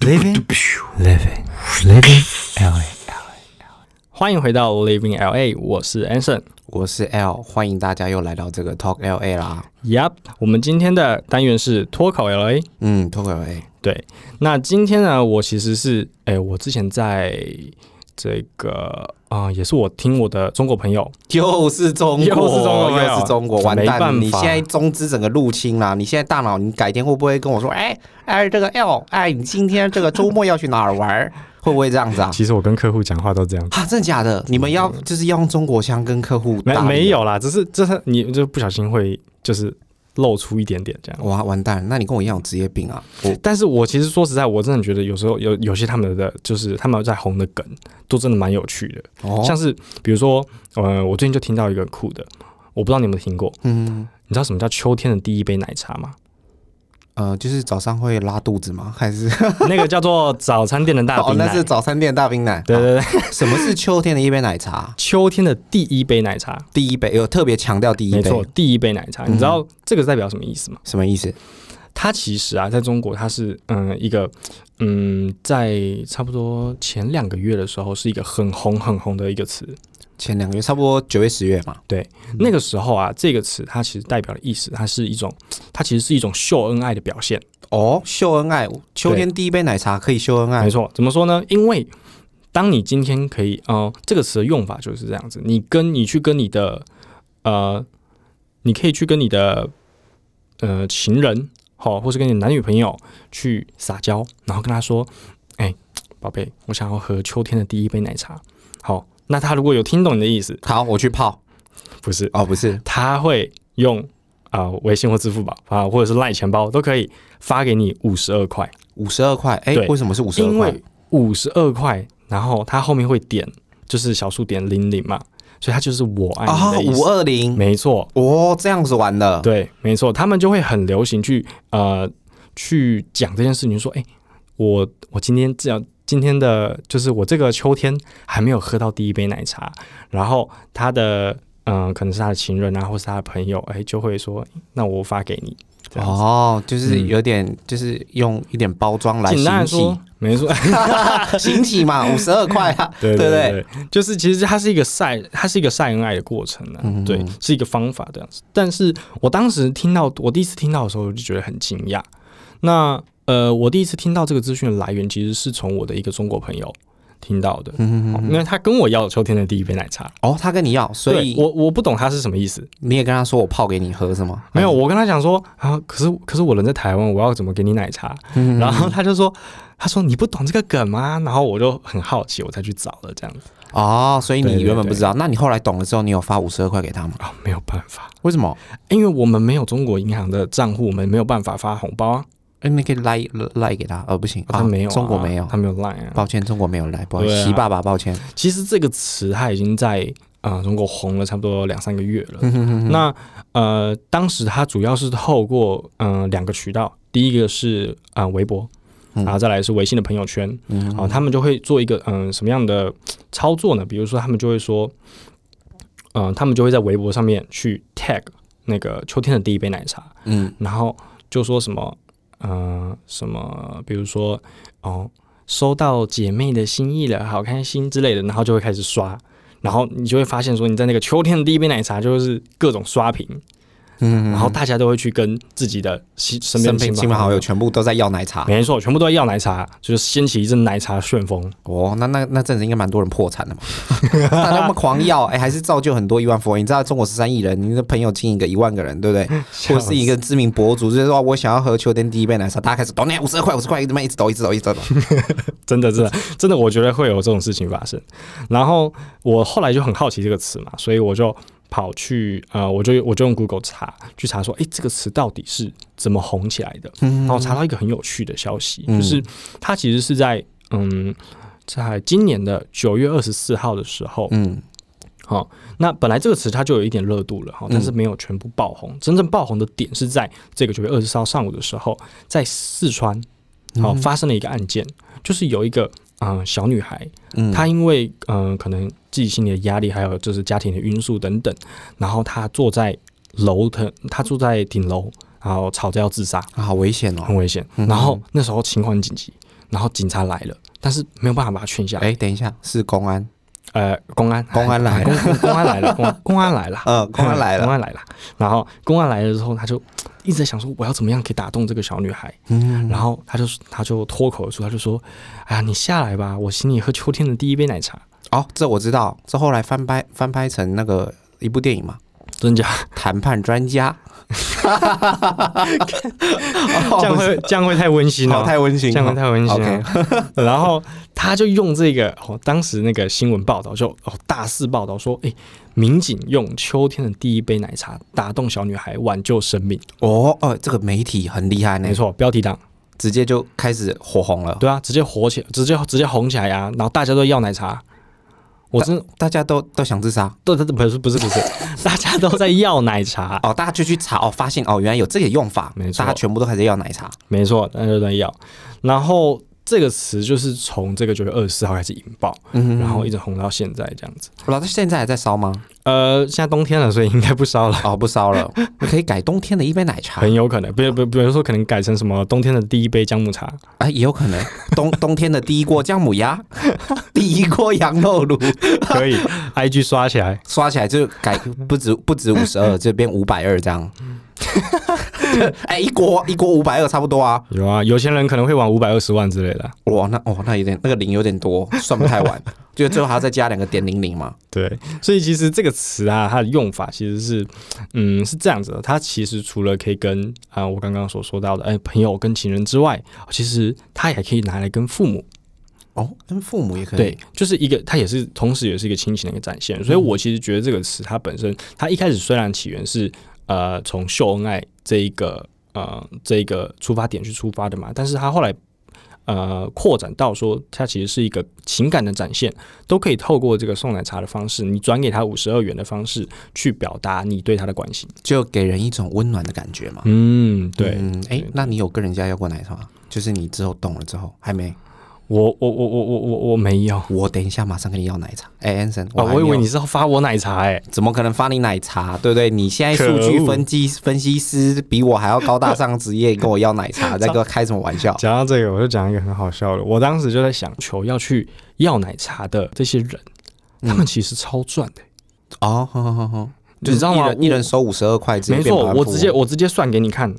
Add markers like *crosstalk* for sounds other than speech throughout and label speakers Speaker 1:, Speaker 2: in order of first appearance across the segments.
Speaker 1: Living Living Living LA，
Speaker 2: 欢迎回到 Living LA，我是 Anson。
Speaker 3: 我是 L，欢迎大家又来到这个 Talk LA 啦。
Speaker 2: Yup，我们今天的单元是脱口 LA。
Speaker 3: 嗯，Talk LA，
Speaker 2: 对，那今天呢，我其实是，哎，我之前在这个啊、也是我听我的中国朋友，
Speaker 3: 又是中国，
Speaker 2: 又是中国没有
Speaker 3: 又是中国，完
Speaker 2: 没
Speaker 3: 蛋
Speaker 2: 办
Speaker 3: 了！
Speaker 2: 法
Speaker 3: 你现在中资整个入侵啦，你现在大脑，你改天会不会跟我说，哎哎，这个 L，哎，你今天这个周末要去哪儿玩？ *laughs* 会不会这样子啊？
Speaker 2: 其实我跟客户讲话都这样，
Speaker 3: *laughs* 啊，真的假的？你们要就是要用中国腔跟客户
Speaker 2: 没
Speaker 3: 搭理
Speaker 2: 没？有啦，只是这是你就不小心会就是露出一点点这样。
Speaker 3: 哇，完蛋！那你跟我一样有职业病啊！我
Speaker 2: 但是我其实说实在，我真的觉得有时候有有些他们的就是他们在红的梗，都真的蛮有趣的。
Speaker 3: 哦，
Speaker 2: 像是比如说，呃，我最近就听到一个很酷的，我不知道你有没有听过，
Speaker 3: 嗯
Speaker 2: 你知道什么叫秋天的第一杯奶茶吗？ *laughs*
Speaker 3: 呃，就是早上会拉肚子吗？还是
Speaker 2: 那个叫做早餐店
Speaker 3: *laughs*
Speaker 2: 的大
Speaker 3: 哦，
Speaker 2: 冰奶。
Speaker 3: 那是早餐店大冰奶。啊
Speaker 2: 对对对，
Speaker 3: 什么是秋天的一杯奶茶？
Speaker 2: 秋天的第一杯奶茶，
Speaker 3: 第一杯有特别强调第一
Speaker 2: 没
Speaker 3: 杯
Speaker 2: 错，，第一杯奶茶，
Speaker 3: 嗯
Speaker 2: 你知道这个代表什么意思吗？
Speaker 3: 什么意思？
Speaker 2: 它其实啊，在中国它是嗯、一个嗯，在差不多前两个月的时候，是一个很红很红的一个词。
Speaker 3: 前两个月，差不多九月、十月嘛。
Speaker 2: 那个时候啊，这个词它其实代表的意思，它是一种，它其实是一种秀恩爱的表现。
Speaker 3: 哦，秀恩爱，秋天第一杯奶茶可以秀恩爱
Speaker 2: 没。错，怎么说呢？因为当你今天可以，呃，这个词的用法就是这样子，你跟你去跟你的，呃，你可以去跟你的，呃，情人，好、或是跟你的男女朋友去撒娇，然后跟他说，哎、宝贝，我想要喝秋天的第一杯奶茶。好、那他如果有听懂你的意思，
Speaker 3: 好，我去泡。
Speaker 2: 不是，
Speaker 3: 哦，不是，
Speaker 2: 他会用啊、呃微信或支付宝啊，或者是赖钱包都可以发给你五十二块。
Speaker 3: 五十二块。哎
Speaker 2: 对，
Speaker 3: 为什么是五十二
Speaker 2: 因
Speaker 3: 块
Speaker 2: 为？五十二块，然后它后面会点就是小数点零零嘛，所以它就是我爱
Speaker 3: 啊，
Speaker 2: 你的意
Speaker 3: 五
Speaker 2: 思。
Speaker 3: 二零。
Speaker 2: 没错，
Speaker 3: 哦，这样子玩的。
Speaker 2: 对，没错，他们就会很流行去呃去讲这件事情，就说哎、我我今天这样。今天的就是我这个秋天还没有喝到第一杯奶茶，然后他的嗯、呃可能是他的情人啊，或是他的朋友，哎，就会说，那我发给你，这样子
Speaker 3: 哦，就是
Speaker 2: 嗯
Speaker 3: 有点，就是用一点包装来
Speaker 2: 简单
Speaker 3: 行
Speaker 2: 来说
Speaker 3: *laughs* 乞，，
Speaker 2: 没错，
Speaker 3: 行乞嘛，
Speaker 2: *laughs*
Speaker 3: 五十二块啊，
Speaker 2: 对
Speaker 3: 对
Speaker 2: 对
Speaker 3: 不
Speaker 2: 对
Speaker 3: 对？
Speaker 2: 就是其实它是一个晒，它是一个晒恩爱的过程啊，
Speaker 3: 嗯
Speaker 2: 对，是一个方法这样子。但是我当时听到，我第一次听到的时候，我就觉得很惊讶。那呃，我第一次听到这个资讯的来源，其实是从我的一个中国朋友听到的，
Speaker 3: 嗯
Speaker 2: 哦
Speaker 3: 嗯嗯
Speaker 2: 因为他跟我要秋天的第一杯奶茶，
Speaker 3: 哦，他跟你要，所以嗯
Speaker 2: 对我我不懂他是什么意思。
Speaker 3: 你也跟他说我泡给你喝是吗？
Speaker 2: 没有，我跟他讲说啊，可是可是我人在台湾，我要怎么给你奶茶？
Speaker 3: 嗯，
Speaker 2: 然后他就说，他说你不懂这个梗吗？然后我就很好奇，我才去找了这样子
Speaker 3: 哦，所以
Speaker 2: 对
Speaker 3: 你
Speaker 2: 对
Speaker 3: 原本
Speaker 2: 对
Speaker 3: 不知道，那你后来懂了之后，你有发五十二块给他吗？
Speaker 2: 啊、没有办法。
Speaker 3: 为什么？
Speaker 2: 因为我们没有中国银行的账户，我们没有办法发红包啊。
Speaker 3: 哎，你可以赖赖给他，呃，不行，
Speaker 2: 他没有啊、
Speaker 3: 中国没有
Speaker 2: 他，没有 Line 啊。
Speaker 3: 抱歉，中国没有赖，不好意
Speaker 2: 对啊
Speaker 3: 思，习爸爸，抱歉。
Speaker 2: 其实这个词它已经在呃中国红了差不多两三个月了。
Speaker 3: 嗯
Speaker 2: 那呃，当时它主要是透过嗯、呃两个渠道，第一个是啊、呃微博，
Speaker 3: 嗯
Speaker 2: 然后再来是微信的朋友圈，
Speaker 3: 嗯
Speaker 2: 啊、他们就会做一个嗯、呃什么样的操作呢？比如说他们就会说，嗯、他们就会在微博上面去 tag 那个秋天的第一杯奶茶，
Speaker 3: 嗯，
Speaker 2: 然后就说什么，呃，什么，比如说，哦，收到姐妹的心意了，好开心之类的，然后就会开始刷，然后你就会发现说，你在那个秋天的第一杯奶茶就是各种刷屏，
Speaker 3: 嗯，
Speaker 2: 然后大家都会去跟自己的亲身边
Speaker 3: 身
Speaker 2: 的
Speaker 3: 边亲朋好友。全部都在要奶茶。
Speaker 2: 没错，全部都在要奶茶，就是掀起一阵奶茶旋风。
Speaker 3: 哦，那那那阵子应该蛮多人破产的嘛， *laughs* 大家那么狂要，哎，还是造就很多亿万富翁。你知道中国十三亿人，你的朋友亲一个一万个人，对不对？ *laughs*
Speaker 2: *laughs*
Speaker 3: 或是一个知名博主，就是说我想要喝秋天第一杯奶茶，大家开始抖那五十二块，五十块，一直卖，一直抖，一直抖，一直抖。
Speaker 2: 真的，真 *laughs* 的，真的，我觉得会有这种事情发生。然后我后来就很好奇这个词嘛，所以我就跑去呃，我就我就用 Google 查去查说，诶，这个词到底是怎么红起来的？然后查到一个很有趣的消息，
Speaker 3: 嗯
Speaker 2: 就是它其实是在嗯，在今年的九月二十四号的时候，
Speaker 3: 嗯，
Speaker 2: 好、那本来这个词它就有一点热度了哈，
Speaker 3: 嗯
Speaker 2: 但是没有全部爆红。真正爆红的点是在这个九月二十四号上午的时候，在四川，
Speaker 3: 嗯
Speaker 2: 好、发生了一个案件，就是有一个嗯、呃小女孩，
Speaker 3: 嗯
Speaker 2: 她因为嗯、呃可能自己心里的压力，还有就是家庭的因素等等，然后她坐在楼的，她住在顶楼，然后吵着要自杀，
Speaker 3: 啊好危险哦。
Speaker 2: 很危险。然后那时候情况很紧急，然后警察来了，但是没有办法把他劝下来。
Speaker 3: 哎，等一下，是公安，
Speaker 2: 呃，公安，
Speaker 3: 公安来
Speaker 2: 公公公安来了，公安公安来了，
Speaker 3: 呃，公安来
Speaker 2: *laughs* 公
Speaker 3: 了，
Speaker 2: 安来了。然后公安来了之后，他就一直在想说，我要怎么样可以打动这个小女孩。
Speaker 3: 嗯，
Speaker 2: 然后他就他就脱口而出，他就说：“哎呀，你下来吧，我请你喝秋天的第一杯奶茶。
Speaker 3: *laughs* 哦，这我知道，这后来翻拍翻拍成那个一部电影嘛，”
Speaker 2: 真假？
Speaker 3: 《谈判专家》
Speaker 2: 这样
Speaker 3: 哦，
Speaker 2: 会这样会太温馨
Speaker 3: 好
Speaker 2: 了，
Speaker 3: 太温馨
Speaker 2: *laughs* 这样会
Speaker 3: 了。
Speaker 2: 太温馨了
Speaker 3: OK，。
Speaker 2: *laughs* 然后他就用这个哦，当时那个新闻报道就哦大肆报道说，哎，民警用秋天的第一杯奶茶打动小女孩，挽救生命。
Speaker 3: 哦哦，这个媒体很厉害呢
Speaker 2: 没，错，标题党，
Speaker 3: 直接就开始火红了。
Speaker 2: 对啊，直接火起来，直接直接红起来啊！然后大家都要奶茶，我真
Speaker 3: 大家都都想自杀
Speaker 2: 对对对，不是不是不是， *laughs* 大家都在要奶茶，
Speaker 3: 哦，大家就去查哦，发现哦，原来有这个用法
Speaker 2: 没，错
Speaker 3: 大家全部都开始要奶茶。
Speaker 2: 没错，大家都在要。然后这个词就是从这个九月二十四号开始引爆，
Speaker 3: 嗯，
Speaker 2: 然后一直红到现在这样子。
Speaker 3: 老师现在还在烧吗？
Speaker 2: 呃，现在冬天了，所以应该不烧了。 *laughs*
Speaker 3: 哦，不烧了，你 *laughs* 可以改冬天的一杯奶茶
Speaker 2: 很，有可能，比比比如说，可能改成什么冬天的第一杯姜母茶，
Speaker 3: 哎，也有可能冬冬天的第一锅姜母鸭，第一锅羊肉炉，
Speaker 2: 可以 *laughs* ，IG 刷起来，
Speaker 3: 刷起来就
Speaker 2: *laughs*
Speaker 3: 改不止不止五十二，这边五百二这样。 *laughs* 哎，一锅一锅五百二差不多啊。
Speaker 2: 有啊，有钱人可能会玩五百二十万之类的，
Speaker 3: 哇，那哦那有点那个零有点多，算不太
Speaker 2: *laughs*
Speaker 3: 完，就最后还要再加两个点零零嘛。
Speaker 2: 对，所以其实这个词啊，它的用法其实是，嗯，是这样子的，它其实除了可以跟啊、我刚刚所说到的，哎，朋友跟情人之外，其实它也可以拿来跟父母
Speaker 3: 哦，跟父母也可以。
Speaker 2: 对，，就是一个，它也是同时也是一个亲情的一个展现。所以我其实觉得这个词它本身，它一开始虽然起源是呃从秀恩爱这一个呃这一个出发点去出发的嘛，但是它后来呃扩展到说，它其实是一个情感的展现，都可以透过这个送奶茶的方式，你转给他五十二元的方式去表达你对他的关心。
Speaker 3: 就给人一种温暖的感觉嘛。
Speaker 2: 嗯，对。
Speaker 3: 嗯，哎、那你有跟人家要过奶茶吗？就是你之后懂了之后还没？
Speaker 2: 我我我我我我我没有啊、
Speaker 3: 我等一下马上跟你要奶茶。哎、a n s o n 我,、
Speaker 2: 哦我以为你是要发我奶茶哎、
Speaker 3: 怎么可能发你奶茶，对不对？你现在
Speaker 2: 可
Speaker 3: 数
Speaker 2: 恶
Speaker 3: 据分析分析师比我还要高大上职业，跟我要奶茶，在跟我开什么玩笑？
Speaker 2: 讲到这个，我就讲一个很好笑的。我当时就在想，求要去要奶茶的这些人，他们其实超赚的、
Speaker 3: 哦，好好好好，
Speaker 2: 你知道
Speaker 3: 一
Speaker 2: 吗？
Speaker 3: 人一人收五十二块，直接
Speaker 2: 没
Speaker 3: 变
Speaker 2: 错，
Speaker 3: 百万
Speaker 2: 我
Speaker 3: 富
Speaker 2: 直接
Speaker 3: 翁
Speaker 2: 我直接算给你看，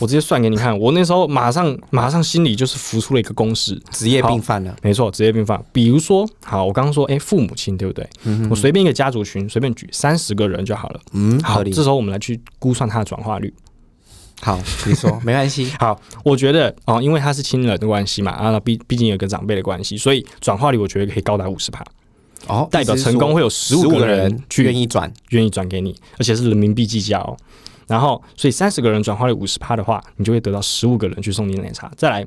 Speaker 2: 我直接算给你看。我那时候马上马上心里就是浮出了一个公式，
Speaker 3: 职业病犯了。
Speaker 2: 没错，职业病犯。比如说，好，我刚刚说，哎、父母亲对不对？我随便一个家族群，随便举三十个人就好了。
Speaker 3: 嗯，合
Speaker 2: 好，
Speaker 3: 理
Speaker 2: 这。时候我们来去估算它的转化率。
Speaker 3: 好，你
Speaker 2: *laughs*
Speaker 3: 说没关系。
Speaker 2: 好，我觉得哦，因为他是亲人的关系嘛，啊，那毕毕竟有跟长辈的关系，所以转化率我觉得可以高达五十趴。
Speaker 3: 哦，
Speaker 2: 代表成功会有
Speaker 3: 十
Speaker 2: 十
Speaker 3: 五
Speaker 2: 五
Speaker 3: 个
Speaker 2: 个
Speaker 3: 人
Speaker 2: 人
Speaker 3: 愿
Speaker 2: 去
Speaker 3: 意转，
Speaker 2: 愿意转给你，而且是人民币计价哦。然后，所以三十个人转化率五十趴的话，你就会得到十五个人去送你奶茶。再来，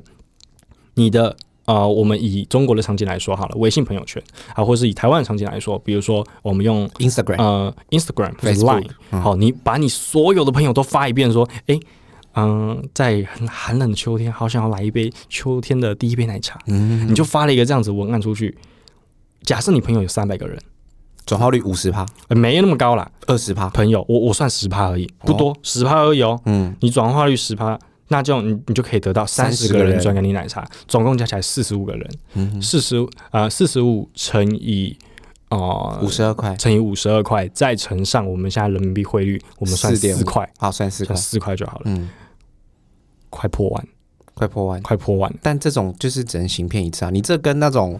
Speaker 2: 你的呃，我们以中国的场景来说好了，微信朋友圈啊，或是以台湾的场景来说，比如说我们用
Speaker 3: Instagram
Speaker 2: 呃 Instagram 或者
Speaker 3: Facebook，嗯
Speaker 2: Line，好、你把你所有的朋友都发一遍，说，诶，嗯、在很寒冷的秋天，好想要来一杯秋天的第一杯奶茶，
Speaker 3: 嗯
Speaker 2: 你就发了一个这样子文案出去。假设你朋友有三百个人。
Speaker 3: 转化率五十趴，
Speaker 2: 呃没那么高啦，
Speaker 3: 二十趴，
Speaker 2: 朋友，我我算十趴而已，不多，十趴而已哦。
Speaker 3: 嗯，
Speaker 2: 你转化率十趴，那这样你你就可以得到三
Speaker 3: 30
Speaker 2: 十个
Speaker 3: 个人嗯
Speaker 2: 人转给你奶茶，总共加起来四十五个人，四十啊四十五乘以哦
Speaker 3: 五十二块，
Speaker 2: 乘以五十二块，再乘上我们现在人民币汇率，我们算
Speaker 3: 4.5
Speaker 2: 四块，
Speaker 3: 好，算四块
Speaker 2: 算，四块就好了，
Speaker 3: 嗯，
Speaker 2: 快破万，
Speaker 3: 快破万。
Speaker 2: 快破万了。
Speaker 3: 但这种就是只能行骗一次啊，你这跟那种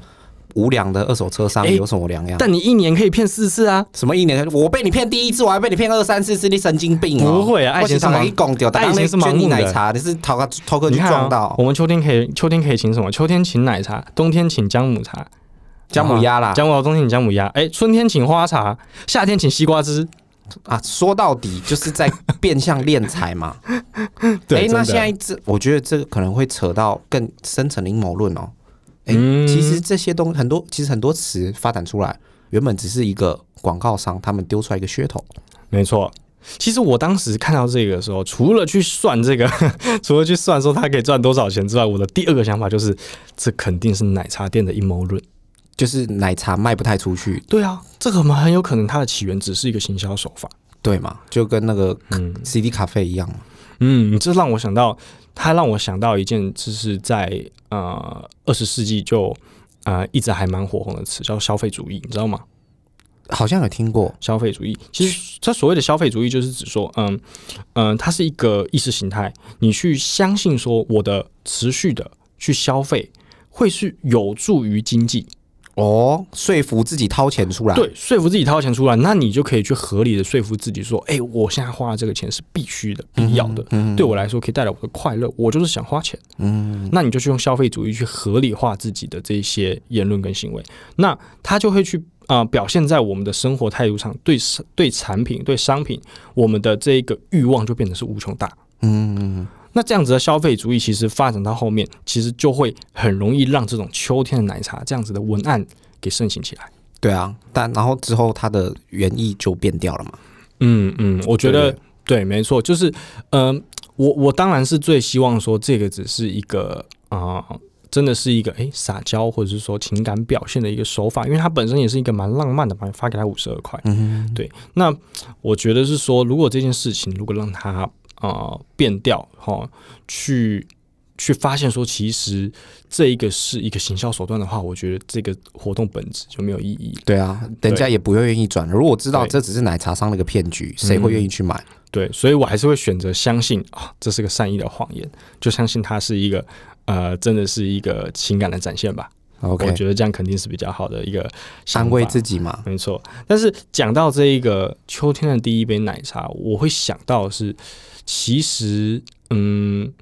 Speaker 3: 无良的二手车商
Speaker 2: 哎
Speaker 3: 有什么两样？
Speaker 2: 但你一年可以骗四次啊！
Speaker 3: 什么一年？我被你骗第一次，我还被你骗二三四次，你神经病哦！
Speaker 2: 不会啊爱情是盲
Speaker 3: 一拱掉，
Speaker 2: 爱情是盲目的
Speaker 3: 捐你奶茶，你是逃个偷个
Speaker 2: 你
Speaker 3: 去
Speaker 2: 看、
Speaker 3: 撞
Speaker 2: 啊
Speaker 3: 到，
Speaker 2: 我们秋天可以秋天可以请什么？秋天请奶茶，冬天请姜母茶，
Speaker 3: 姜母鸭啦
Speaker 2: 姜母冬天请姜母鸭，哎、春天请花茶，夏天请西瓜汁。
Speaker 3: 啊！说到底就是在变相敛财
Speaker 2: *laughs*
Speaker 3: 嘛。哎，那现在这，我觉得这个可能会扯到更深层的阴谋论哦。哎，
Speaker 2: 嗯
Speaker 3: 其实这些东很多，其实很多词发展出来，原本只是一个广告商他们丢出来一个噱头。
Speaker 2: 没错。其实我当时看到这个的时候，除了去算这个， *laughs* 除了去算说他可以赚多少钱之外，我的第二个想法就是，这肯定是奶茶店的阴谋论。
Speaker 3: 就是奶茶卖不太出去，
Speaker 2: 对啊，这个很很有可能它的起源只是一个行销手法。嗯
Speaker 3: 对嘛？就跟那个 CD 咖啡一样嘛。
Speaker 2: 嗯，你这让我想到它让我想到一件，就是在呃二十世纪就呃一直还蛮火红的词，叫消费主义，你知道吗？
Speaker 3: 好像有听过，
Speaker 2: 消费主义，其实它所谓的消费主义，就是指说，嗯嗯，它是一个意识形态，你去相信说我的持续的去消费会是有助于经济，
Speaker 3: 哦，说服自己掏钱出来，
Speaker 2: 对，说服自己掏钱出来，那你就可以去合理的说服自己说，哎、我现在花的这个钱是必须的、必要的，
Speaker 3: 嗯
Speaker 2: 对我来说可以带来我的快乐，我就是想花钱。嗯，那你就去用消费主义去合理化自己的这一些言论跟行为，那他就会去啊、呃表现在我们的生活态度上，对商对产品、对商品，我们的这个欲望就变得是无穷大。
Speaker 3: 嗯，
Speaker 2: 那这样子的消费主义其实发展到后面，其实就会很容易让这种秋天的奶茶这样子的文案给盛行起来。
Speaker 3: 对啊，但然后之后它的原意就变掉了嘛，
Speaker 2: 嗯嗯，我觉
Speaker 3: 对
Speaker 2: 得
Speaker 3: 不
Speaker 2: 对，没错，就是嗯、呃我我当然是最希望说这个只是一个啊、呃真的是一个诶撒娇或者是说情感表现的一个手法，因为它本身也是一个蛮浪漫的嘛，发给他五十二块。
Speaker 3: 嗯哼，
Speaker 2: 对那我觉得是说，如果这件事情如果让它呃变掉哈、去去发现说其实这一个是一个行销手段的话，我觉得这个活动本质就没有意义了。
Speaker 3: 对啊，人家也不会愿意转。如果我知道这只是奶茶商那个骗局，谁
Speaker 2: 嗯
Speaker 3: 会愿意去买？
Speaker 2: 对，所以我还是会选择相信啊，这是个善意的谎言，就相信它是一个呃，真的是一个情感的展现吧。
Speaker 3: OK，
Speaker 2: 我觉得这样肯定是比较好的一个
Speaker 3: 安慰
Speaker 2: 己。
Speaker 3: 自己嘛。
Speaker 2: 没错，但是讲到这一个秋天的第一杯奶茶，我会想到的是，其实嗯，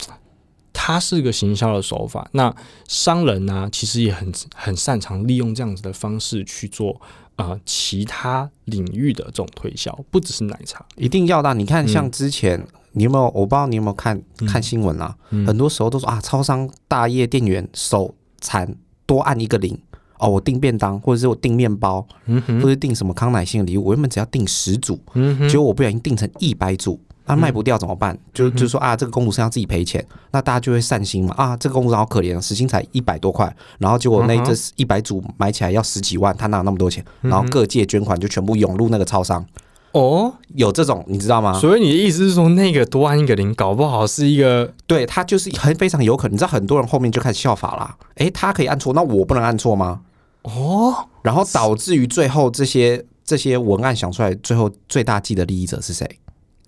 Speaker 2: 它是个行销的手法。那商人呢、其实也很很擅长利用这样子的方式去做啊、呃其他领域的这种推销，不只是奶茶。
Speaker 3: 一定要的。你看，像之前、你有没有？我不知道你有没有看
Speaker 2: 嗯
Speaker 3: 看新闻啦、
Speaker 2: 嗯
Speaker 3: 很多时候都说啊，超商大夜店员手残多按一个零哦，我订便当或者是我订面包，
Speaker 2: 嗯哼
Speaker 3: 或者订什么康乃馨的礼物，我原本只要订十组，
Speaker 2: 嗯哼
Speaker 3: 结果我不小心订成一百组。那、卖不掉怎么办？就
Speaker 2: 嗯
Speaker 3: 就说啊，这个公主商要自己赔钱，那大家就会善心嘛啊，这个公主商好可怜，时薪才一百多块，然后结果那
Speaker 2: 嗯哼嗯
Speaker 3: 这一百组买起来要十几万，他哪有那么多钱？然后各界捐款就全部涌入那个超商，
Speaker 2: 哦，
Speaker 3: 有这种你知道吗？
Speaker 2: 所以你的意思是说，那个多按一个零，搞不好是一个
Speaker 3: 对他就是很非常有可能，你知道很多人后面就开始效法啦。诶，他可以按错，那我不能按错吗？
Speaker 2: 哦，
Speaker 3: 然后导致于最后这些这些文案想出来，最后最大既得利益者是谁？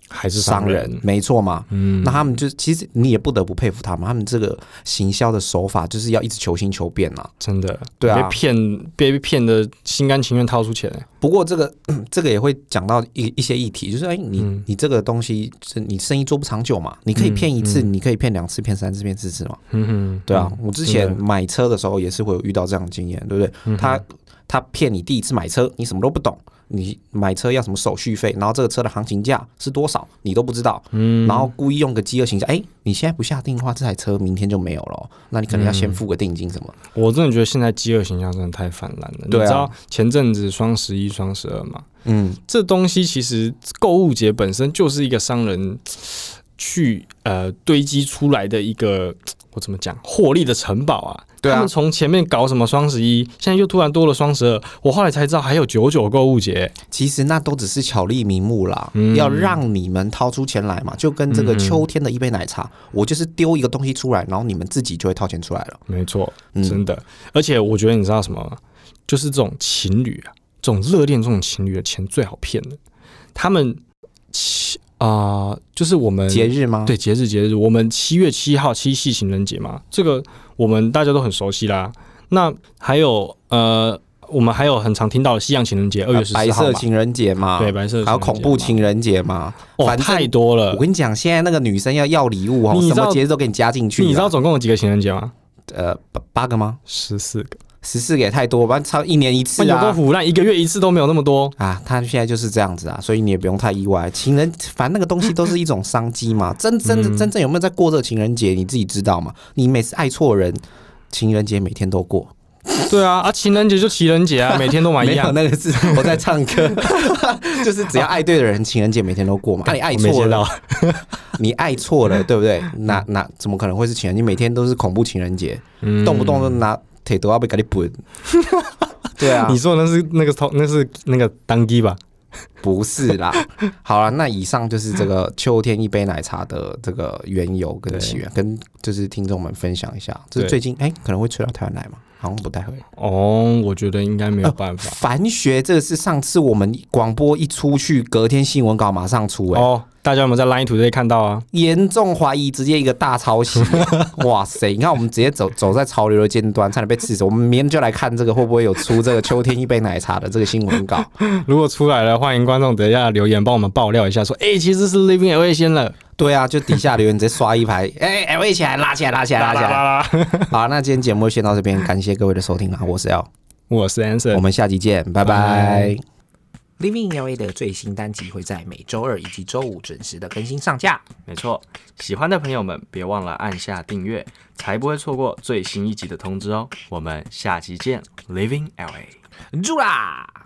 Speaker 2: 还是
Speaker 3: 商
Speaker 2: 商
Speaker 3: 人，
Speaker 2: 人？
Speaker 3: 没错嘛。
Speaker 2: 嗯
Speaker 3: 那他们就其实你也不得不佩服他们，他们这个行销的手法就是要一直求新求变啊。
Speaker 2: 真的，
Speaker 3: 对啊
Speaker 2: 被骗被骗的心甘情愿掏出钱欸，
Speaker 3: 不过这个 *clears throat* 这个也会讲到一一些议题，就是哎，你、
Speaker 2: 嗯
Speaker 3: 你这个东西是你生意做不长久嘛，你可以骗一次，你可以骗两次，骗三次，骗四次嘛。
Speaker 2: 嗯哼，
Speaker 3: 对啊，
Speaker 2: 嗯，
Speaker 3: 我之前
Speaker 2: 真的
Speaker 3: 买车的时候也是会有遇到这样的经验，对不对？
Speaker 2: 嗯
Speaker 3: 他他骗你第一次买车，你什么都不懂，你买车要什么手续费，然后这个车的行情价是多少，你都不知道，
Speaker 2: 嗯
Speaker 3: 然后故意用个饥饿形象，哎，你现在不下定的话，这台车明天就没有了哦，那你可能要先付个定金什么。
Speaker 2: 我真的觉得现在饥饿形象真的太泛滥了。
Speaker 3: 对啊
Speaker 2: 你知道前阵子双十一、双十二嘛，
Speaker 3: 嗯，
Speaker 2: 这东西其实购物节本身就是一个商人去呃堆积出来的一个。我怎么讲？获利的城堡啊！
Speaker 3: 对啊
Speaker 2: 他们，从前面搞什么双十一，现在又突然多了双十二，我后来才知道还有九九购物节。
Speaker 3: 其实那都只是巧立名目啦，
Speaker 2: 嗯
Speaker 3: 要让你们掏出钱来嘛，就跟这个
Speaker 2: 嗯嗯
Speaker 3: 秋天的一杯奶茶，我就是丢一个东西出来，然后你们自己就会掏钱出来了。
Speaker 2: 没错，
Speaker 3: 嗯
Speaker 2: 真的。而且我觉得你知道什么吗？就是这种情侣啊，这种热恋这种情侣的钱最好骗了。他们七啊、就是我们
Speaker 3: 节日吗？
Speaker 2: 对节日节日，我们七月七号七夕情人节嘛，这个我们大家都很熟悉啦。那还有呃，我们还有很常听到的西洋情人节，二
Speaker 3: 呃，
Speaker 2: 月十
Speaker 3: 白
Speaker 2: 四号
Speaker 3: 色
Speaker 2: 嘛，
Speaker 3: 情人节嘛，
Speaker 2: 对白色
Speaker 3: 还有恐怖
Speaker 2: 情人
Speaker 3: 情
Speaker 2: 节嘛
Speaker 3: 人节嘛，
Speaker 2: 哦，
Speaker 3: 反正
Speaker 2: 太多了
Speaker 3: 我。跟你讲，现在那个女生要要礼物哦，
Speaker 2: 你
Speaker 3: 什
Speaker 2: 知道
Speaker 3: 么节日都给你加进去啊了。
Speaker 2: 你知道总共有几个情人节吗？
Speaker 3: 呃八八个吗？
Speaker 2: 十四个。
Speaker 3: 十四个也太多，不然超一年一次
Speaker 2: 那有多
Speaker 3: 啊。
Speaker 2: 腐烂，一个月一次都没有那么多。
Speaker 3: 啊，他现在就是这样子啊，所以你也不用太意外。情人，反正那个东西都是一种商机嘛。真真
Speaker 2: 嗯
Speaker 3: 的真正有没有在过这个情人节，你自己知道嘛？你每次爱错人，情人节每天都过，
Speaker 2: 对啊，啊，情人节就情人
Speaker 3: *laughs*
Speaker 2: 节啊，每天都买一
Speaker 3: 没有
Speaker 2: 样。
Speaker 3: 那个是我在唱歌， *laughs* 就是只要爱对的人，情人节每天都
Speaker 2: *laughs*
Speaker 3: 过嘛。啊那你爱
Speaker 2: 我没
Speaker 3: 错
Speaker 2: 接
Speaker 3: 了
Speaker 2: 到，
Speaker 3: 你爱错了，对不对？哪哪怎么可能会是情人节？每天都是恐怖情人节，
Speaker 2: 嗯
Speaker 3: 动不动就拿腿都要被给你滚。对啊
Speaker 2: 你，说的那是那个头，那是那个当机吧？
Speaker 3: *laughs* 不是啦。好了，那以上就是这个秋天一杯奶茶的这个缘由跟
Speaker 2: 对
Speaker 3: 起源，跟就是听众们分享一下。就是
Speaker 2: 对
Speaker 3: 最近哎、可能会吹到台湾来嘛，好像不太会。
Speaker 2: 哦，我觉得应该没有办法。
Speaker 3: 凡学这个是上次我们广播一出去，隔天新闻稿马上出、哎、
Speaker 2: 哦，大家有没有在 Line Today 看到啊？
Speaker 3: 严重怀疑直接一个大
Speaker 4: *laughs*
Speaker 3: 抄袭。哇塞，你看我们直接走走在潮流的尖端，差点被刺死。我们明天就来看这个会不会有出这个秋天一杯奶茶的这个新闻稿。
Speaker 2: 如果出来了，欢迎观众等一下留言帮我们爆料一下，说，哎、其实是 Living LA 先了，
Speaker 3: 对啊，就底下留言直接刷一排，
Speaker 4: *laughs*
Speaker 3: 哎、哎，我一起来拉起来，拉起来，拉起来。
Speaker 2: 啦啦！
Speaker 3: 好，那今天节目就先到这边，感谢各位的收听啊，我是 L，
Speaker 2: *laughs* 我是 Anson，
Speaker 3: 我们下集见，拜
Speaker 2: 拜
Speaker 3: 拜。
Speaker 4: Living LA 的最新单集会在每周二以及周五准时的更新上架。
Speaker 2: 没错，喜欢的朋友们别忘了按下订阅，才不会错过最新一集的通知哦。我们下期见，Living LA。
Speaker 4: 住啦！